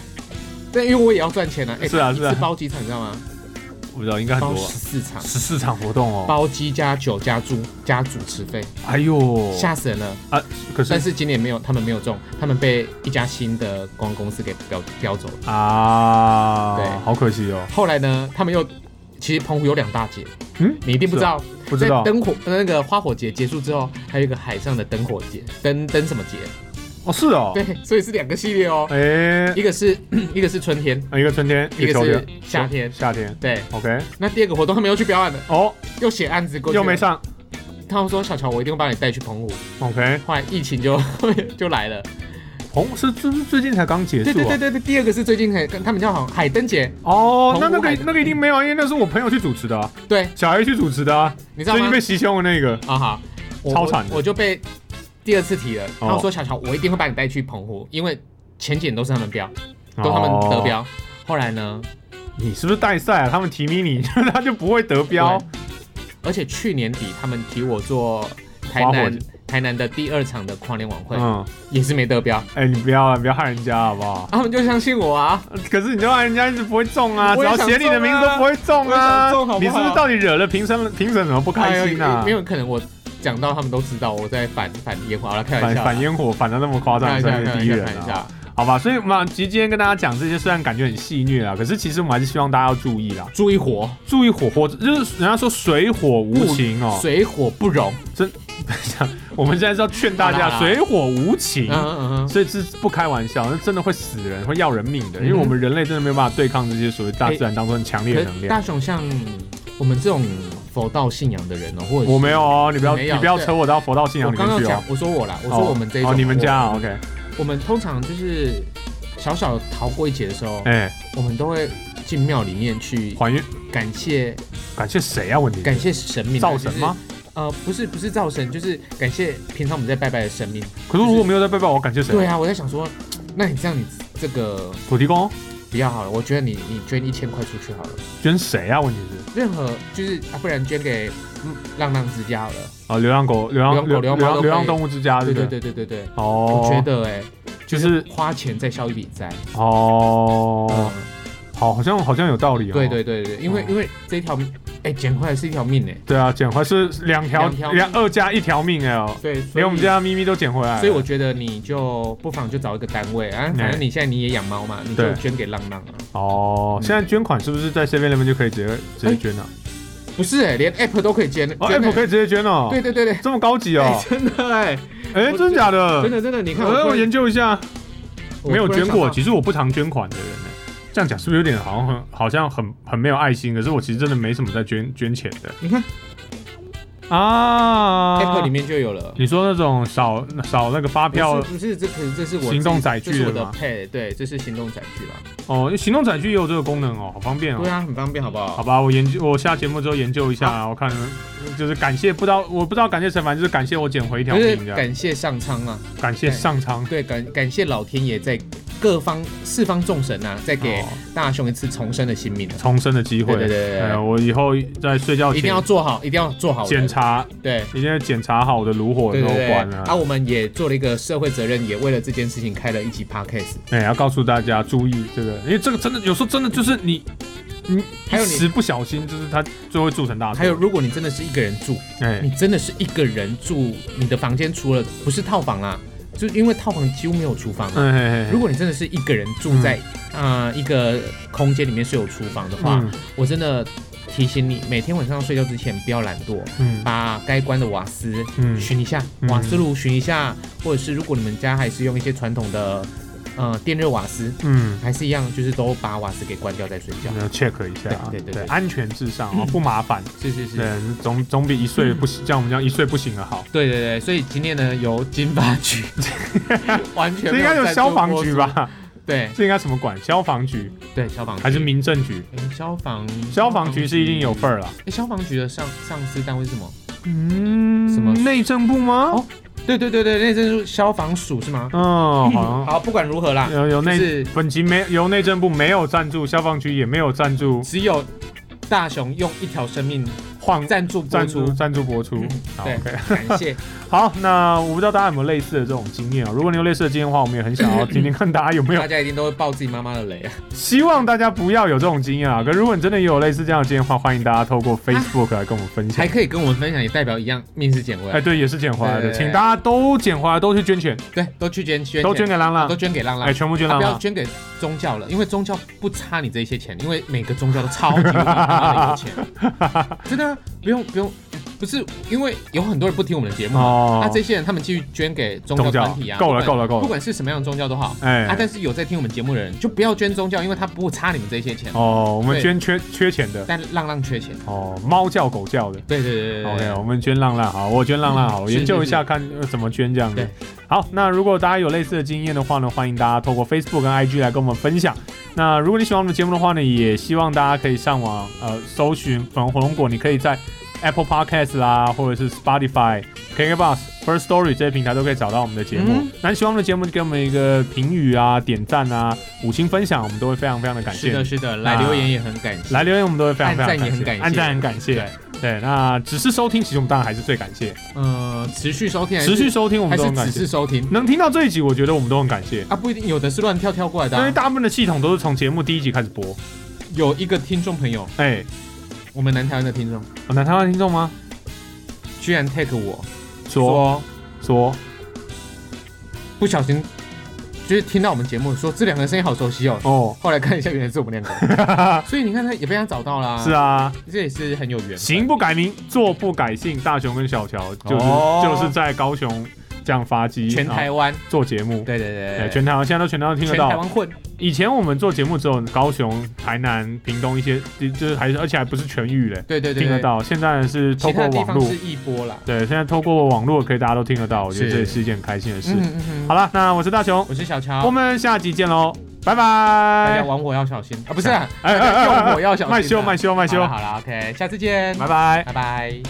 但因为我也要赚钱啊，哎
是啊是啊
一次包几场你知道吗？
我不知道应该很
包
多
十四场，
十四场活动哦，
包机加酒加住加主持费，
哎呦，
吓死人了。
可
但
是
是今年没有，他们没有中，他们被一家新的公关公司给标标走了。
啊，
对
好可惜哦，
后来呢，他们又其实澎湖有两大节，
嗯，
你一定不知道，
不知道
在灯火呃那个花火节结束之后，还有一个海上的灯火节，灯灯什么节？
哦，是哦，
对，所以是两个系列哦。
哎、
一个是 一个是春天，
一个春天，
一个
秋
是
天，
夏天。
夏天
对，
，OK，
那第二个活动他们又去表演了，
哦，
又写案子过去，
又没。上
他们说小乔，我一定会把你带去澎湖。
，OK，
后来疫情就 就来了。
红是最最近才刚结束、
对
啊，
对对对对，第二个是最近才跟他们叫好像海灯节，
哦，那那
澎湖
个
海的
那个一定没有啊，因为那是我朋友去主持的、啊，
对，
小 A 去主持的、啊，
你知道
最近
吗
被？袭胸的那个，
啊好，我
超惨的哦
我我就被第二次提了。他们说小乔，我一定会把你带去澎湖，因为前几年都是他们标，都他们得
哦。
标。后来呢，
你是不是带赛啊？他们提名你， 他就不会得标。
而且去年底他们提我做台
花火
南
节
台南的第二场的跨年晚会，
嗯，
也是没得标，
哎、你不要啊，不要害人家好不好？
他们就相信我啊。
可是你就让人家一直不会中啊，只
我也
要
想
写你的名字
中
都
啊
不会中啊。
我也想中好不好哎
你是不是到底惹了评审？评审怎么不开心啊？
没有可能我讲到他们都知道我在反反烟花了，开
反
玩笑啦，
反烟火反的那么夸张，
开
真
玩
的是
笑，开
第一
玩笑，
人
开
啊。
玩笑。
好吧，所以嘛，其实今天跟大家讲这些，虽然感觉很戏谑啊，可是其实我们还是希望大家要注意啦，
注意火，
注意火火，就是人家说水火无情哦，
水火不容，
真 我们现在是要劝大
好啦
家
好啦
水火无情
嗯，嗯嗯
所以这是不开玩笑，那真的会死人，会要人命的，
嗯哼
因为我们人类真的没有办法对抗这些所谓大自然当中很强烈的
嗯。
能
可是
量。
大雄像我们这种佛道信仰的人呢、或者是
我没有哦，你不要
没
你
有啊
不要扯我到佛道信仰
我
里
刚
面
刚
去
讲
哦。，
我说我啦，我说我们这一种，
哦，你们家啊
我
，OK，
我们通常就是小小逃过一劫的时候，
哎，
我们都会进庙里面去
还愿
感谢
感谢谁啊？问题
感谢神明啊，
灶神吗？？
就是呃，不是不是灶神，就是感谢平常我们在拜拜的神明。
可是如果没有在拜拜，我要感谢谁？
对啊，我在想说，那你这样你这个
土地公
比较好了，我觉得你你捐一千块出去好了，
捐谁啊？问题是
任何就是啊，不然捐给嗯浪浪之家好了。
啊，流浪狗、流浪
流浪
流
狗流浪
浪流
猫都可
浪
以
动物之家，
对
啊对
对
不对，
对对对对，
哦，
我觉得哎、
就是
花钱再消一笔灾。
哦，
嗯
好，好像好像有道理哦。
对对对对，因为、
哦
因为这一条命，哎、捡回来是一条命哎、
对啊，捡回来是两条
两条
两二加一条命哎哦，
对，所以
连我们家咪咪都捡回来了。
所以我觉得你就不妨就找一个单位啊，反正你现在你也养猫嘛，你就
哎对
捐给浪浪啊。
哦，
嗯
现在捐款是不是在 Seven Eleven 就可以直接直接捐了？啊
不是哎、连 App 都可以捐，
哦
捐
，Apple
欸
可以直接捐哦，
对对对对，
这么高级
哎、
哦，
真的哎、
哎，
我
真假的？
真的真的，你看
呃，
我
我研究一下，没有捐过。其
实
实我不常捐款的人呢，这样讲是不是有点好像很好像很很没有爱心？可是我其实真的没什么在捐捐钱的
你看
啊。
App 里面就有了。
你说那种少少那个发票
不是不是，这可是这是我自己
行动载
这
具
是我
了
的
吗？
配，对，这是行动载具啦。
哦，行动载具也有这个功能哦，好方便哦
对。啊，很方便，好不好？
好吧，我研究，我下节目之后研究一下，啊我看就是感谢，不知道我不知道感谢谁，反正就是感谢我捡回一条
就
命
是
这样，
感谢上苍啊，
感谢上苍。
对，感感谢老天爷在各方四方众神啊，再给
哦
大雄一次重生的性命啊。
重生的机会，
对对对对对
呃我以后在睡觉前
一定要做好，一定要做好
检
人
查，
对
一定要检查好我的炉火有
对
没
对
有
对
关啊。
啊！我们也做了一个社会责任，也为了这件事情开了一集 podcast。
哎、要告诉大家注意这个，因为这个真的有时候真的就是你，你
还有
一
你
时不小心，就是它就会铸成大错。
还有，如果你真的是一个人住，
哎、
你真的是一个人住，你的房间除了不是套房啦，就因为套房几乎没有厨房啊。
嗯嘿嘿嘿
如果你真的是一个人住在啊、呃一个空间里面是有厨房的话，
嗯
我真的提醒你，每天晚上睡觉之前不要懒惰，
嗯
把该关的瓦斯
嗯
寻一下，
嗯
瓦斯炉寻一下，或者是如果你们家还是用一些传统的呃电热瓦斯，
嗯，
还是一样，就是都把瓦斯给关掉再睡觉
我。们要 check 一下啊，
对对对对嗯
安全至上啊、不麻烦。
是是是，
对，总总比一岁不行，像我们这样一岁不行的 好。
对对对，所以今天呢，由金发 局完全
这
没
应该有
赞助
消防局
播出？
吧？
对
这应该什么管？消防局
对，消防局
还是民政局？
诶消防
消防局是一定有份儿了。
诶消防局的上上司单位是什么？
嗯，
什么
内政部吗？
哦对对对对，那真是消防署是吗？
嗯，好像
哦好，不啊管如何啦，
有有
就
内
是
本集没由内政部没有赞助，消防局也没有赞助，
只有大雄用一条生命
换
赞助播
赞助
出，
赞助播出
嗯。
好
对
，OK。
感 谢。
好，那我不知道大家有没有类似的这种经验啊？如果你有类似的经验的话，我们也很想要听听看大家有没 有
大。家一定都会爆自己妈妈的雷啊！
希望大家不要有这种经验啊！可如果你真的也有类似这样的经验的啊话，欢迎大家透过 Facebook 来跟我们分享
还。可以跟我们分享，也代表一样命是捡回
哎、
来。
对，也是捡回来的，
哎对对对
请大家都捡回来，都去捐钱，
对，都去捐捐
都捐
给
给浪浪
都，捐给浪
哎、
浪，
全部捐
啊
浪
不要
浪。
捐给宗教了，因为宗教不差你这些钱，因为每个宗教都超级无敌他妈的有钱， 真的啊不用不用，不是因为有很多人不听我们的节目嘛，
哦
啊，这些人他们继续捐给宗教
宗教
团体啊，
够了，够
了，
了，够
不
了。
管是什么样的宗教都好。
哎、
啊！但是有在听我们节目的人，就不要捐宗教，因为他不差你们这些钱。
哦，我们
对
捐缺缺钱的，
但浪浪缺钱。
哦，猫叫狗叫的。
对对对对对
OK，我们捐浪浪好，我捐浪浪好，
嗯
我
是
研究一下看呃怎么捐这样子
对。
好，那如果大家有类似的经验的话呢，欢迎大家透过 Facebook 跟 IG 来跟我们分享。那如果你喜欢我们的节目的话呢，也希望大家可以上网呃搜寻粉红火龙果，你可以在 Apple Podcast 啦，或者是 Spotify、KKBox、First Story 这些平台都可以找到我们的节目
嗯。
那你喜欢我们的节目，就给我们一个评语啊、点赞啊、五星分享，我们都会非常非常的感谢
是
你。
的，是的，来留言也很感谢。
来留言我们都会非常非常
按赞也很感谢
按赞很感谢。对，那只是收听，其实我们当然还是最感谢，
呃，持续收听还是，
持续收听我
还
们都
是
很感
只
谢
是。收听
能听到这一集，我觉得我们都很感谢，
啊？不一定，有的是乱跳跳过来的
因为
啊、
大部分的系统都是从节目第一集开始播。
有一个听众朋友，
哎，
我们南台湾的听众，
有南台湾听众吗？
居然 take 我
说说
不小心就是听到我们节目说这两个人声音好熟悉哦，
哦，
后来看一下原来是我们 两个，所以你看他也被他找到啦，
是，啊，
这也是很有缘分，
行不改名，坐不改姓，大雄跟小乔就是、
哦
就是在高雄这样发迹，
全
啊
台湾，
做节目。
对对对
对，全台湾现在都全台湾听得
全台
到。
湾混，
以前我们做节目只有高雄、台南、屏东一些，就就是还是而且还不是全域嘞，
对对对，
听得，到。现在是透
其他
过
的地
网
方
络
是，一波啦，
对，现在透过网络可以大家都听得到，我觉得
是
这也是一件很开心的事。
嗯嗯嗯
好了，那我是大雄，
我是小
我
乔，
们下集见喽，拜
大家
拜。
玩火要小心啊，不是啊，
哎哎哎哎
用火要小心啊，
慢修慢修慢
好
修
啦，好了，OK，下次见，
拜拜。
拜拜。